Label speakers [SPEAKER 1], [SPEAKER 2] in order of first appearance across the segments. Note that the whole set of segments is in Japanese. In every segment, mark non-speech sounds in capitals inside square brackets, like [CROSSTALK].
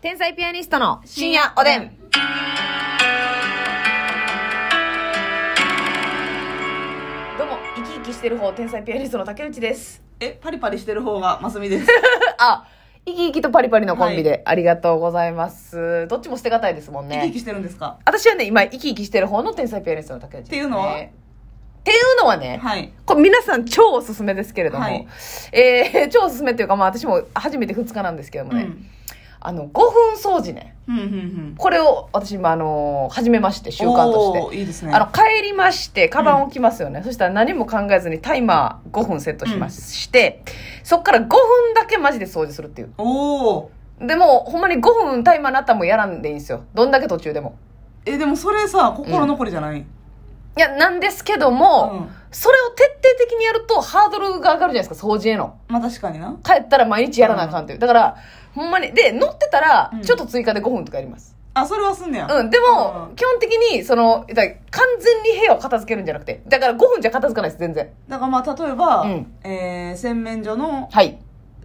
[SPEAKER 1] 天才ピアニストの深夜おでん。どうも、生き生きしてる方、天才ピアニストの竹内です。
[SPEAKER 2] え、パリパリしてる方がマスミです。
[SPEAKER 1] あ、生き生きとパリパリのコンビで、ありがとうございます。どっちも捨てがたいですもん
[SPEAKER 2] 生き生
[SPEAKER 1] ね。
[SPEAKER 2] きしてるんですか
[SPEAKER 1] 私はね、今、生き生きしてる方の天才ピアニストの竹内です、ね。
[SPEAKER 2] っていうのは
[SPEAKER 1] っていうのはね、
[SPEAKER 2] はい。
[SPEAKER 1] これ皆さん超おすすめですけれども、
[SPEAKER 2] はい
[SPEAKER 1] えー、超おすすめっていうか、まあ私も初めて2日なんですけども
[SPEAKER 2] うん。う
[SPEAKER 1] ね、
[SPEAKER 2] ん
[SPEAKER 1] あの、5分掃除ね。
[SPEAKER 2] うんうん。
[SPEAKER 1] これを私今、あのー始めまして、習慣として。
[SPEAKER 2] おーいいですね。
[SPEAKER 1] あの、帰りまして、カバン置きますよね。そしたら何も考えずにタイマー5分セットしまして、そっから5分だけマジで掃除するっていう。
[SPEAKER 2] おお。
[SPEAKER 1] でも、ほんまに5分タイマーなったらもうやらんでいいんですよ。どんだけ途中でも。
[SPEAKER 2] え、でもそれさ、心残りじゃない、
[SPEAKER 1] いや、なんですけども、
[SPEAKER 2] うん
[SPEAKER 1] それを徹底的にやるとハードルが上がるじゃないですか、掃除への。
[SPEAKER 2] まあ確かにな。
[SPEAKER 1] 帰ったら毎日やらなあかんっていう。だから、ほんまに。で、乗ってたら
[SPEAKER 2] う、ん
[SPEAKER 1] ちょっと追加で5分とかやります。
[SPEAKER 2] あ、それはすんねや。
[SPEAKER 1] うん。でも、
[SPEAKER 2] うん
[SPEAKER 1] 基本的に、その、だから完全に部屋を片付けるんじゃなくて。だから5分じゃ片付かないです、全然。
[SPEAKER 2] だからまあ例えば、
[SPEAKER 1] うん
[SPEAKER 2] えー洗面所の
[SPEAKER 1] はい。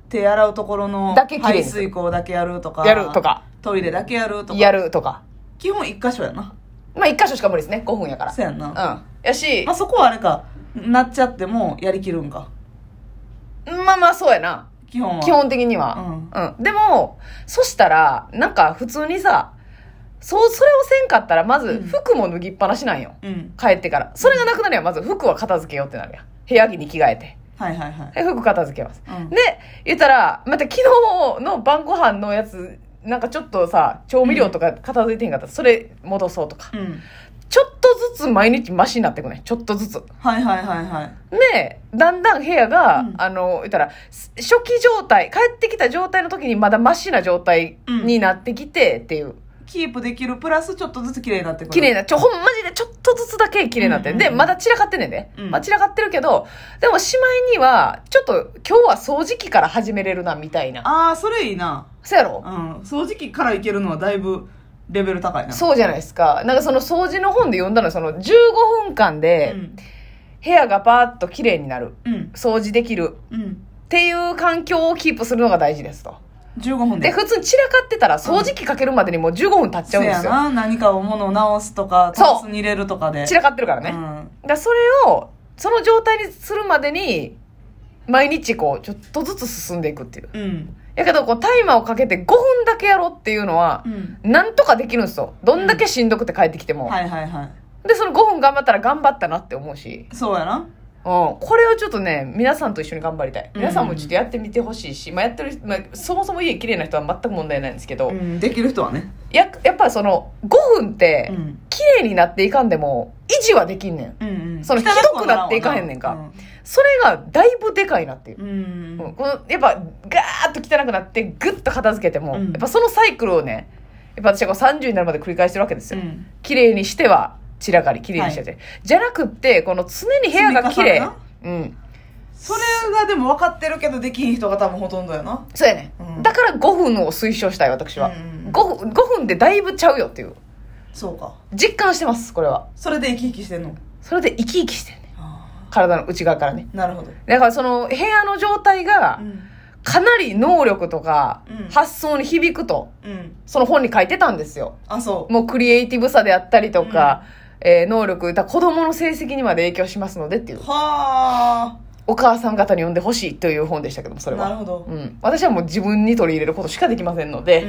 [SPEAKER 2] 手洗うところの
[SPEAKER 1] だけ綺麗に
[SPEAKER 2] 排
[SPEAKER 1] する
[SPEAKER 2] 水口だけやるとか。
[SPEAKER 1] やるとか。
[SPEAKER 2] トイレだけやるとか。
[SPEAKER 1] やるとか。
[SPEAKER 2] 基本一箇所やな。
[SPEAKER 1] まあ、1箇所しか無理ですね、5分やから。
[SPEAKER 2] そうやんな。
[SPEAKER 1] うん。やし
[SPEAKER 2] まあ、そこはあれか、なっちゃってもやりきるんか。
[SPEAKER 1] まあまあ、そうやな。
[SPEAKER 2] 基本は。
[SPEAKER 1] 基本的には。うん。でも、そしたら、なんか普通にさ、そう、それをせんかったら、まず
[SPEAKER 2] うん
[SPEAKER 1] 服も脱ぎっぱなしなんよ。
[SPEAKER 2] うん。
[SPEAKER 1] 帰ってから。それがなくなるやん、まず服は片付けようってなるやん。部屋着に着替えて。
[SPEAKER 2] はいはいはい。
[SPEAKER 1] で服片付けます。
[SPEAKER 2] うん
[SPEAKER 1] で、言ったら、また昨日の晩ご飯のやつ、なんかちょっとさ、調味料とか片付いてへんかったら、それ戻そうとか。
[SPEAKER 2] うん。
[SPEAKER 1] ちょっとずつ毎日マシになってくね。ちょっとずつ。
[SPEAKER 2] はいはいはいはい。
[SPEAKER 1] で、だんだん部屋が、
[SPEAKER 2] うん
[SPEAKER 1] あの、言ったら、す初期状態、帰ってきた状態の時にまだマシな状態になってきてっていう。
[SPEAKER 2] キープできるプラスちょっとずつ綺麗になってくる
[SPEAKER 1] 綺麗な、ちょ、ほんまじでちょっとずつだけ綺麗になって。
[SPEAKER 2] うんうんうん
[SPEAKER 1] で、まだ散らかってんねんで。
[SPEAKER 2] うん
[SPEAKER 1] まあ散らかってるけど、でもしまいには、ちょっと今日は掃除機から始めれるな、みたいな。
[SPEAKER 2] ああそれいいな
[SPEAKER 1] そうや
[SPEAKER 2] う
[SPEAKER 1] ろ、
[SPEAKER 2] ん掃除機からいけるのはだいぶレベル高いな
[SPEAKER 1] そうじゃないですか。なんかその掃除の本で読んだのはその15分間で
[SPEAKER 2] ん
[SPEAKER 1] 部屋がパーッと綺麗になる。
[SPEAKER 2] うん
[SPEAKER 1] 掃除できる。
[SPEAKER 2] うん
[SPEAKER 1] っていう環境をキープするのが大事ですと。
[SPEAKER 2] 15分で
[SPEAKER 1] で、普通に散らかってたら掃除機かけるまでにもう15分経っちゃうん
[SPEAKER 2] せ
[SPEAKER 1] で
[SPEAKER 2] や
[SPEAKER 1] すよ。
[SPEAKER 2] な何かを物を直すとか
[SPEAKER 1] そう
[SPEAKER 2] タンスに入れるとかで
[SPEAKER 1] 散らかってるからね。だからそれを、その状態にするまでに、毎日こう、ちょっとずつ進んでいくっていう。
[SPEAKER 2] うんうん
[SPEAKER 1] やけど、こう、タイマーをかけて5分だけやろうっていうのは
[SPEAKER 2] う、ん
[SPEAKER 1] なんとかできるんですよ。どんだけしんどくて帰ってきても。
[SPEAKER 2] はいはいはい
[SPEAKER 1] で、その5分頑張ったら頑張ったなって思うし。
[SPEAKER 2] そうやな
[SPEAKER 1] うん、これをちょっとね皆さんと一緒に頑張りたい
[SPEAKER 2] うん
[SPEAKER 1] 皆さんもちょっとやってみてほしいし、まあ、やってる人、まあ、そもそも家綺麗な人は全く問題ないんですけど、
[SPEAKER 2] うんできる人はね
[SPEAKER 1] ややっぱりその5分って、
[SPEAKER 2] うん
[SPEAKER 1] 綺麗になっていかんでも維持はできんねん
[SPEAKER 2] うんうん
[SPEAKER 1] その
[SPEAKER 2] 汚は
[SPEAKER 1] ひどくなっていかへんねんかそれがだいぶでかいなっていう
[SPEAKER 2] う、んう
[SPEAKER 1] う
[SPEAKER 2] ん
[SPEAKER 1] んこのやっぱガーッと汚くなってグッと片付けても、
[SPEAKER 2] う
[SPEAKER 1] やっ
[SPEAKER 2] ん
[SPEAKER 1] ぱそのサイクルをねやっぱ私はこう30になるまで繰り返してるわけです
[SPEAKER 2] う
[SPEAKER 1] よ、
[SPEAKER 2] ん
[SPEAKER 1] 綺麗にしては散らかり綺麗にしてて、じゃなくってこの常に部屋が綺
[SPEAKER 2] 積み重
[SPEAKER 1] 麗
[SPEAKER 2] ね
[SPEAKER 1] うん
[SPEAKER 2] それがでも分かってるけどできひん人が多分ほとんどやな
[SPEAKER 1] そうやね、
[SPEAKER 2] うん
[SPEAKER 1] だから5分を推奨したい私は、
[SPEAKER 2] うんうん
[SPEAKER 1] 5分5分でだいぶちゃうよっていう
[SPEAKER 2] そうか
[SPEAKER 1] 実感してますこれは
[SPEAKER 2] それで生き生きしてんの
[SPEAKER 1] それで生き生きしてんね
[SPEAKER 2] あ
[SPEAKER 1] 体の内側からね
[SPEAKER 2] ーなるほど
[SPEAKER 1] だからその部屋の状態が
[SPEAKER 2] うん
[SPEAKER 1] かなり能力とか
[SPEAKER 2] うん
[SPEAKER 1] 発想に響くと
[SPEAKER 2] うん
[SPEAKER 1] その本に書いてたんですよ
[SPEAKER 2] あそう
[SPEAKER 1] もうクリエイティブさであったりとか、えー能力だから子供の成績にまで影響しますのでっていう
[SPEAKER 2] は
[SPEAKER 1] お母さん方に読んでほしいという本でしたけどもそ
[SPEAKER 2] あ
[SPEAKER 1] れ
[SPEAKER 2] なる
[SPEAKER 1] は、
[SPEAKER 2] ほど、
[SPEAKER 1] うん、私はもう自分に取り入れることしかできませんので、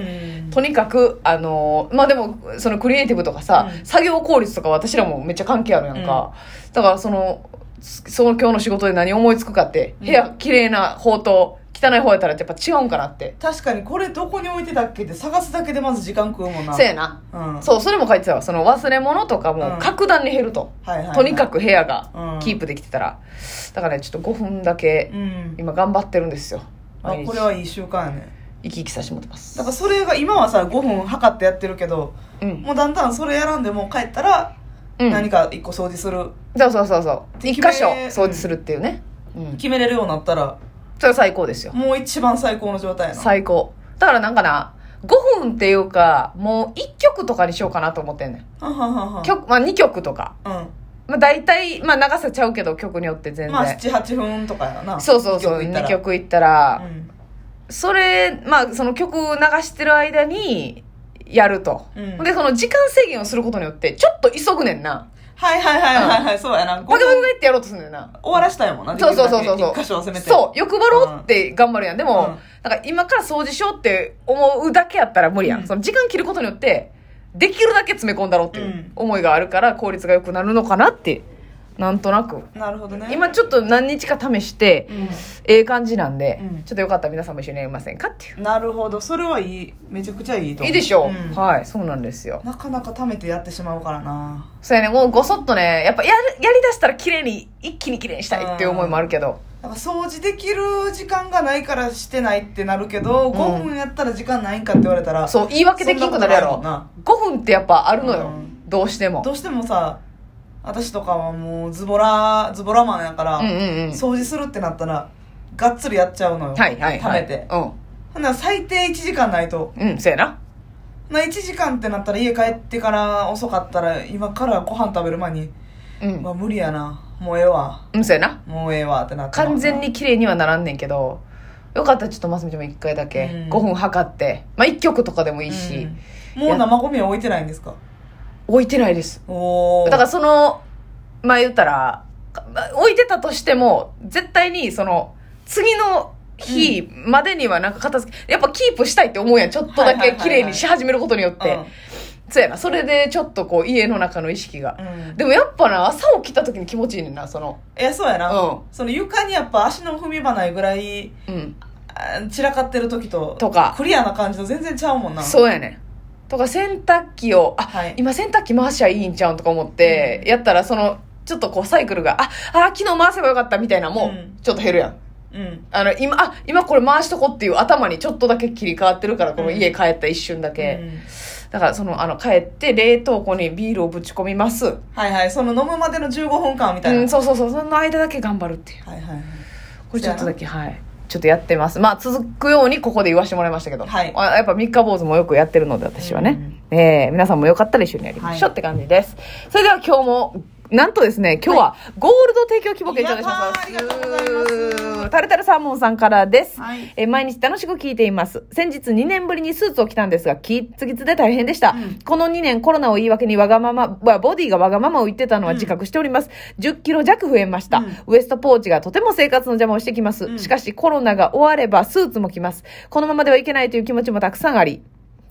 [SPEAKER 2] うん
[SPEAKER 1] とにかく、あのーまあ、でも、そのクリエイティブとかさ、
[SPEAKER 2] うん
[SPEAKER 1] 作業効率とか私らもめっちゃ関係あるやんか。だから、その、すその今日の仕事で何思いつくかって、
[SPEAKER 2] うん
[SPEAKER 1] 部屋綺麗な方と汚い方やったらやっぱ違うんかなって。
[SPEAKER 2] 確かにこれどこに置いてたっけって探すだけでまず時間食うもんな
[SPEAKER 1] せやな。
[SPEAKER 2] うん
[SPEAKER 1] そう、それも書いてたわ。その忘れ物とか
[SPEAKER 2] う
[SPEAKER 1] も
[SPEAKER 2] ん
[SPEAKER 1] 格段に減ると。
[SPEAKER 2] はいはいはい
[SPEAKER 1] とにかく部屋が
[SPEAKER 2] うん
[SPEAKER 1] キープできてたら。だからね、ちょっと5分だけ
[SPEAKER 2] うん
[SPEAKER 1] 今頑張ってるんですよ。
[SPEAKER 2] あ
[SPEAKER 1] 毎日
[SPEAKER 2] これはいい習慣やね
[SPEAKER 1] 生き生きさせてもらってます
[SPEAKER 2] だか。らそれが今はさ5分測ってやってるけど
[SPEAKER 1] うん。
[SPEAKER 2] もうだんだんそれやらんでもう帰ったら
[SPEAKER 1] うん。
[SPEAKER 2] 何か一個掃除する、
[SPEAKER 1] そうそうそうそう。一
[SPEAKER 2] 適
[SPEAKER 1] 箇
[SPEAKER 2] 名
[SPEAKER 1] 所掃除するっていうね。うん。
[SPEAKER 2] 決めれるようになったら
[SPEAKER 1] それは最高ですよ。
[SPEAKER 2] もう一番最高の状態やな
[SPEAKER 1] 最高だからなんかな5分っていうかもう1曲とかにしようかなと思ってんねん
[SPEAKER 2] はははは
[SPEAKER 1] 曲、まあ、2曲とか、
[SPEAKER 2] う
[SPEAKER 1] まあ、大体、まあ、長さちゃうけど曲によって全
[SPEAKER 2] ん
[SPEAKER 1] 然、
[SPEAKER 2] まあ78分とかやな
[SPEAKER 1] そうそうそう
[SPEAKER 2] 一曲いったら
[SPEAKER 1] 2曲いったら、
[SPEAKER 2] うん
[SPEAKER 1] それ、まあ、その曲を流してる間に、やると。
[SPEAKER 2] うん
[SPEAKER 1] で、その時間制限をすることによって、ちょっと急ぐねんな。
[SPEAKER 2] はいはいはいはいはい、そうや
[SPEAKER 1] バ
[SPEAKER 2] な。終
[SPEAKER 1] ケバケバケってやろうとすんねんな。
[SPEAKER 2] わらしたいもんな。
[SPEAKER 1] そうそうそうそう。
[SPEAKER 2] 一箇所は攻めて。
[SPEAKER 1] そう、欲張ろうって頑張るやん。でも、なんか今から掃除しようって思うだけやったら無理やん。
[SPEAKER 2] うん
[SPEAKER 1] その時間切ることによって、できるだけ詰め込んだろうっていううん思いがあるから、効率が良くなるのかなって、なんとなく。
[SPEAKER 2] う。なるほどね。
[SPEAKER 1] 今ちょっと何日か試して、
[SPEAKER 2] う
[SPEAKER 1] ええ感じなんで、
[SPEAKER 2] うん
[SPEAKER 1] ちょっとよかったら皆さんも一緒にやりませんかっていう。
[SPEAKER 2] ん。なるほど。それはいい。めちゃくちゃいいと
[SPEAKER 1] い
[SPEAKER 2] 思。
[SPEAKER 1] ういでしょう、
[SPEAKER 2] うん
[SPEAKER 1] はい、そうなんですよ。
[SPEAKER 2] なかなか貯めてやってしまうからな。
[SPEAKER 1] そうやね、もうごそっとね、やっぱやるやりだしたら綺麗に、一気に綺麗にしたいっていう思いもあるけど、
[SPEAKER 2] なんか掃除できる時間がないからしてないってなるけど、
[SPEAKER 1] ん
[SPEAKER 2] 5分やったら時間ないんかって言われたら、
[SPEAKER 1] そう、言い訳できんくなるやろ
[SPEAKER 2] そん。な
[SPEAKER 1] 5分ってやっぱあるのよ。
[SPEAKER 2] うん
[SPEAKER 1] どうしても。
[SPEAKER 2] どうしてもさ、私とかはもうズボラ、ズボラマンやから、
[SPEAKER 1] うんうんうん。
[SPEAKER 2] 掃除するってなったら、がっつりやっちゃうのよ。
[SPEAKER 1] はいはいはい。
[SPEAKER 2] 貯めて。
[SPEAKER 1] うん。
[SPEAKER 2] ほんなら最低1時間ないと。
[SPEAKER 1] うん、そうやな。
[SPEAKER 2] な1時間ってなったら家帰ってから遅かったら、今からご飯食べる前に、
[SPEAKER 1] うん
[SPEAKER 2] ま。あ無理やな。もうええわ。
[SPEAKER 1] うん、そうやな。
[SPEAKER 2] もうええわってなってまうな
[SPEAKER 1] 完全に綺麗にはならんねんけど、よかったらちょっとますみちゃんも一回だけ、
[SPEAKER 2] うん
[SPEAKER 1] 5分測って、まあ1曲とかでもいいし、
[SPEAKER 2] うんもう生ゴミは置いてないんですか
[SPEAKER 1] 置いてないです。
[SPEAKER 2] おお
[SPEAKER 1] だからその、まあ言ったら、まあ置いてたとしても、絶対にその、次の日までにはなんか片付け、やっぱキープしたいって思うやん。ちょっとだ
[SPEAKER 2] はいはい
[SPEAKER 1] け
[SPEAKER 2] はいはい
[SPEAKER 1] 綺麗にし始めることによって。
[SPEAKER 2] うん
[SPEAKER 1] そうやな。それでちょっとこう家の中の意識が。
[SPEAKER 2] うん
[SPEAKER 1] でもやっぱな、朝起きた時に気持ちいいねんな、その。
[SPEAKER 2] いやそうやな、
[SPEAKER 1] うん
[SPEAKER 2] その床にやっぱ足の踏み場ないぐらい
[SPEAKER 1] うん。
[SPEAKER 2] あー散らかってる時と
[SPEAKER 1] とか
[SPEAKER 2] クリアな感じと全然ちゃうもんな
[SPEAKER 1] そうやねんとか洗濯機を、あ、
[SPEAKER 2] はい
[SPEAKER 1] 今洗濯機回しゃいいんちゃうんとか思って、
[SPEAKER 2] うん
[SPEAKER 1] やったらその、ちょっとこうサイクルが、あ、あ、昨日回せばよかったみたいなのも
[SPEAKER 2] う、
[SPEAKER 1] うんちょっと減るやん。
[SPEAKER 2] うん
[SPEAKER 1] あの、今、あ、今これ回しとこっていう頭にちょっとだけ切り替わってるから、この
[SPEAKER 2] うん
[SPEAKER 1] 家帰った一瞬だけ。
[SPEAKER 2] うん
[SPEAKER 1] だからその、あの、帰って冷凍庫にビールをぶち込みます。
[SPEAKER 2] はいはいその飲むまでの15分間みた
[SPEAKER 1] う
[SPEAKER 2] いな、
[SPEAKER 1] ん、そうそうそう、その間だけ頑張るっていう。
[SPEAKER 2] はいはいはい
[SPEAKER 1] これちょっとだけ、はい。ちょっとやってます。まあ、続くようにここで言わせてもらいましたけど。
[SPEAKER 2] はい
[SPEAKER 1] あやっぱ三日坊主もよくやってるので、私はね。ええ皆さんもよかったら一緒にやりましょうって感じです。それでは今日も、なんとですね、今日はゴールド提供希望券いただきます。
[SPEAKER 2] やったーありがとうございます
[SPEAKER 1] タルタルサーモンさんからです。
[SPEAKER 2] はい
[SPEAKER 1] えー毎日楽しく聞いています。先日2年ぶりにスーツを着たんですが、キッツキツで大変でした。
[SPEAKER 2] うん
[SPEAKER 1] この2年コロナを言い訳にわがまま、わボディがわがままを言ってたのは自覚しております。10キロ弱増えました、
[SPEAKER 2] うん
[SPEAKER 1] ウエストポーチがとても生活の邪魔をしてきます。
[SPEAKER 2] うん
[SPEAKER 1] しかしコロナが終わればスーツも着ます。このままではいけないという気持ちもたくさんあり、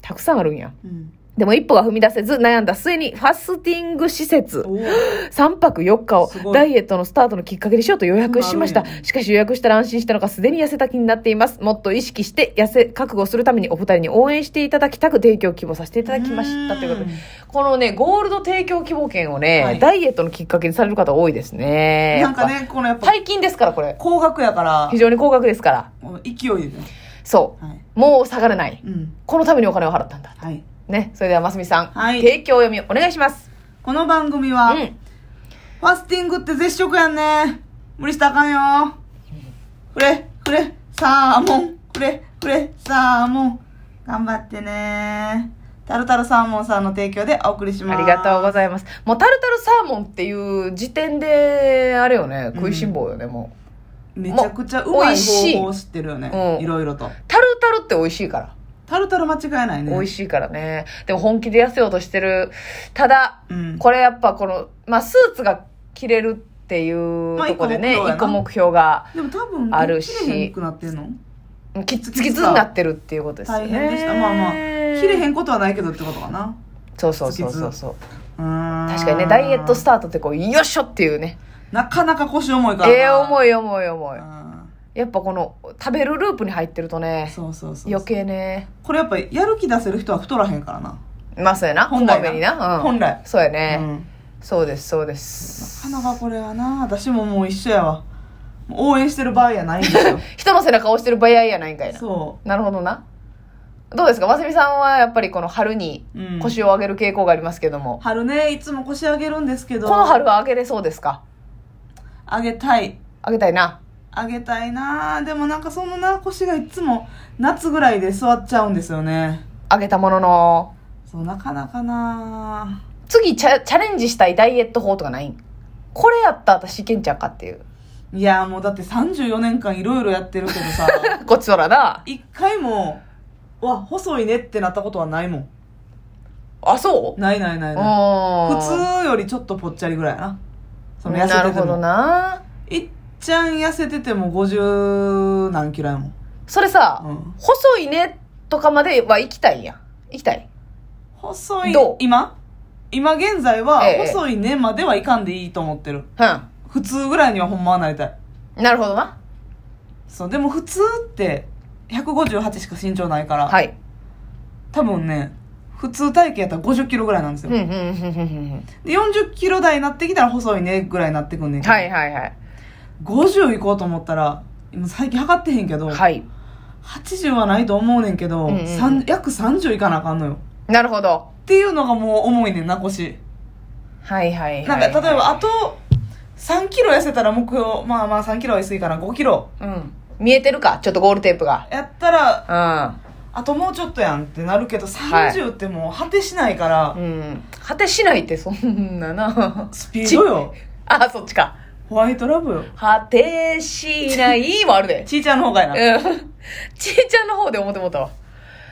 [SPEAKER 1] たくさんあるんや。
[SPEAKER 2] うん
[SPEAKER 1] でも一歩が踏み出せず悩んだ末にファスティング施設
[SPEAKER 2] おー
[SPEAKER 1] 3泊4日
[SPEAKER 2] す
[SPEAKER 1] を
[SPEAKER 2] ごい
[SPEAKER 1] ダイエットのスタートのきっかけにしようと予約しました
[SPEAKER 2] なるほど。ね
[SPEAKER 1] しかし予約したら安心したのかすでに痩せた気になっています。もっと意識して痩せ、覚悟するためにお二人に応援していただきたく提供希望させていただきました
[SPEAKER 2] うん
[SPEAKER 1] ということで、このね、ゴールド提供希望券をね、
[SPEAKER 2] はい
[SPEAKER 1] ダイエットのきっかけにされる方多いですね。
[SPEAKER 2] なんか
[SPEAKER 1] やっ
[SPEAKER 2] ねこのやっ
[SPEAKER 1] ぱ
[SPEAKER 2] ぱ
[SPEAKER 1] 最近ですからこれ。
[SPEAKER 2] 高額やから
[SPEAKER 1] 非常に高額ですから。
[SPEAKER 2] もう勢いでね
[SPEAKER 1] そ
[SPEAKER 2] はい、
[SPEAKER 1] う。もう下がらない。
[SPEAKER 2] うん
[SPEAKER 1] このためにお金を払ったんだ。
[SPEAKER 2] はい、
[SPEAKER 1] ね。それでは、ますみさん、
[SPEAKER 2] はい
[SPEAKER 1] 提供読みお願いします。
[SPEAKER 2] この番組
[SPEAKER 1] う
[SPEAKER 2] は、
[SPEAKER 1] ん。
[SPEAKER 2] ファスティングって絶食やんね。無理したらあかんよ。くれ、くれ、サーモン。くれ、くれ、サーモン。頑張ってね。タルタルサーモンさんの提供でお送りします。
[SPEAKER 1] ありがとうご
[SPEAKER 2] い
[SPEAKER 1] ざいます。もうタルタルサーモンっていう時点で、あれよね、食いしん坊よね、もう。
[SPEAKER 2] めちゃくちゃうま
[SPEAKER 1] 美
[SPEAKER 2] い
[SPEAKER 1] 味しい
[SPEAKER 2] 方法を知ってるよね。
[SPEAKER 1] うん
[SPEAKER 2] いろいろと。
[SPEAKER 1] タルタルって美味しいから。
[SPEAKER 2] タルタル間違いないね。
[SPEAKER 1] 美味
[SPEAKER 2] しい。
[SPEAKER 1] しいからね。でも本気で痩せようとしてる。ただ、
[SPEAKER 2] うん。
[SPEAKER 1] これやっぱこの、まあスーツが着れるっていう
[SPEAKER 2] まあ
[SPEAKER 1] とこでね、
[SPEAKER 2] 一個目標や
[SPEAKER 1] 一個目標が、
[SPEAKER 2] なでも多分、
[SPEAKER 1] あるし
[SPEAKER 2] 切れへんくなってんの
[SPEAKER 1] きつきつになってるっていうことですよね。
[SPEAKER 2] 大変でした。まあまあ、切れへんことはないけどってことかな。
[SPEAKER 1] そうそうそうそうそう。
[SPEAKER 2] うーん。
[SPEAKER 1] 確かにね、ダイエットスタートってこう、よっしょっていうね。
[SPEAKER 2] なかなか腰重いからな。
[SPEAKER 1] ええ
[SPEAKER 2] い。
[SPEAKER 1] 重い重い重い。
[SPEAKER 2] う
[SPEAKER 1] やっぱこの、食べるループに入ってると
[SPEAKER 2] ん。
[SPEAKER 1] ね、
[SPEAKER 2] そうそうそうそう。
[SPEAKER 1] 余計ね。
[SPEAKER 2] これやっぱりやる気出せる人は太らへんからな、
[SPEAKER 1] まあそうやな。
[SPEAKER 2] 本来
[SPEAKER 1] こまめにな。うん
[SPEAKER 2] 本来、
[SPEAKER 1] そうや
[SPEAKER 2] う
[SPEAKER 1] ね。
[SPEAKER 2] ん
[SPEAKER 1] そうです、そうです。
[SPEAKER 2] なかなかこれはな私ももう一緒やわもう応援してる場合やないんですよ
[SPEAKER 1] [LAUGHS] 人の背中を押してる場合やないんかいな。
[SPEAKER 2] そ
[SPEAKER 1] なるほどな。どうですかまさみさんはやっぱりこの春に
[SPEAKER 2] う、うん、
[SPEAKER 1] 腰を上げる傾向がありますけども。
[SPEAKER 2] 春ねいつも腰上げるんですけど
[SPEAKER 1] この春は上げれそうですか
[SPEAKER 2] 上げたい
[SPEAKER 1] 上げたいな。
[SPEAKER 2] 上げたいなでもなんかそのな腰がいつも夏ぐらいで座っちゃうんですよね
[SPEAKER 1] 上げたものの。
[SPEAKER 2] そうなかなかな
[SPEAKER 1] 次チャチャレンジしたいダイエット法とかないんこれやったら私いけんちゃうかっていう。
[SPEAKER 2] いやもうだって34年間いろいろやってるけどさ
[SPEAKER 1] こっちそらな。
[SPEAKER 2] 一回もうわ細いねってなったことはないもん
[SPEAKER 1] あ、そう
[SPEAKER 2] ないないないない
[SPEAKER 1] あー
[SPEAKER 2] 普通よりちょっとぽっちゃりぐらいやなその痩せ
[SPEAKER 1] なる
[SPEAKER 2] てて
[SPEAKER 1] ほど
[SPEAKER 2] も
[SPEAKER 1] な。
[SPEAKER 2] いっちゃん痩せてても50何キロやもん、
[SPEAKER 1] それさ、
[SPEAKER 2] うん
[SPEAKER 1] 細いねとかまでは行きたいんや。行きたい。
[SPEAKER 2] 細い
[SPEAKER 1] どう
[SPEAKER 2] 今今現在は
[SPEAKER 1] ええ
[SPEAKER 2] 細いねまではいかんでいいと思ってる
[SPEAKER 1] う
[SPEAKER 2] 普通ぐらいにはほんまはなりたい
[SPEAKER 1] ん。なるほどな。
[SPEAKER 2] そうでも普通って158しか身長ないから、
[SPEAKER 1] はい。
[SPEAKER 2] 多分ね普通体型やったら50キロぐらいなんです
[SPEAKER 1] う
[SPEAKER 2] よ、
[SPEAKER 1] ん、うん、うん、うんうん
[SPEAKER 2] で40キロ台になってきたら細いねぐらいになってくん
[SPEAKER 1] う
[SPEAKER 2] ね
[SPEAKER 1] んん。
[SPEAKER 2] けど、
[SPEAKER 1] はい、はい、はい。
[SPEAKER 2] 50いこうと思ったら今最近測ってへんけど、
[SPEAKER 1] はい。
[SPEAKER 2] 80はないと思うねんけど、
[SPEAKER 1] うんうん
[SPEAKER 2] さん約30いかなあかんのよ
[SPEAKER 1] なるほど。
[SPEAKER 2] っていうのがもう重いねんな腰
[SPEAKER 1] はい、はいはい。
[SPEAKER 2] なんか例えばあと3キロ痩せたら目標まあまあ3キロは言い過ぎかな5キロ
[SPEAKER 1] うん。見えてるかちょっとゴールテープが。
[SPEAKER 2] やったら
[SPEAKER 1] う
[SPEAKER 2] あともうちょっとやんってなるけど
[SPEAKER 1] はい
[SPEAKER 2] 30ってもう果てしないから、
[SPEAKER 1] ん。うん。果てしないってそんなな。
[SPEAKER 2] スピードよ
[SPEAKER 1] あ、そっちか。
[SPEAKER 2] ホワイトラブよ
[SPEAKER 1] 果てしないもあるで。
[SPEAKER 2] [LAUGHS] ちいちゃんの方がやな、
[SPEAKER 1] うん。ちいちゃんの方で思ってもうたわ。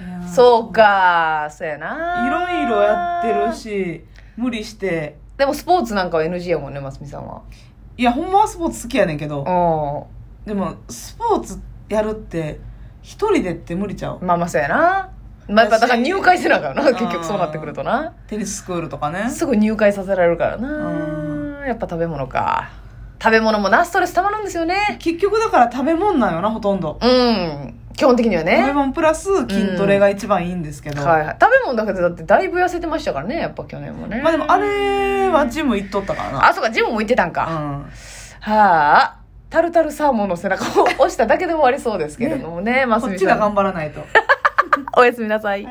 [SPEAKER 2] いやー
[SPEAKER 1] そうか、そうやな。
[SPEAKER 2] いろいろやってる。し無理して
[SPEAKER 1] でもスポーツなんかは NG やもんね、ますみさんは。
[SPEAKER 2] いやほんまはスポーツ好きやねんけど
[SPEAKER 1] う。
[SPEAKER 2] でもスポーツやるって一人でって無理ちゃうん
[SPEAKER 1] まあまあそうやな。まあやっぱだから入会せなあかんな、
[SPEAKER 2] うん
[SPEAKER 1] 結局そうなってくるとな。
[SPEAKER 2] テニススクールとかね
[SPEAKER 1] すぐ入会させられるから
[SPEAKER 2] う
[SPEAKER 1] な。やっぱ食べ物か。食べ物もな、ストレス溜まるんですよね。
[SPEAKER 2] 結局だから食べ物なんよなほとんど
[SPEAKER 1] うん。基本的には
[SPEAKER 2] 食べ
[SPEAKER 1] ね。
[SPEAKER 2] 物プラス筋トレが一番いいんですけど、
[SPEAKER 1] はいはい。食べ物だけでだってだいぶ痩せてましたからね、やっぱ去年もね。
[SPEAKER 2] まあでもあれはジム行っとったからな
[SPEAKER 1] あ、そうか、ジムも行ってたんか。
[SPEAKER 2] うん
[SPEAKER 1] はあ、タルタルサーモンの背中を押しただけで終わりそうですけれどもね、ま
[SPEAKER 2] こ
[SPEAKER 1] す
[SPEAKER 2] っ
[SPEAKER 1] み
[SPEAKER 2] ちが
[SPEAKER 1] さん。
[SPEAKER 2] 頑張らないと。
[SPEAKER 1] おやすみなさい。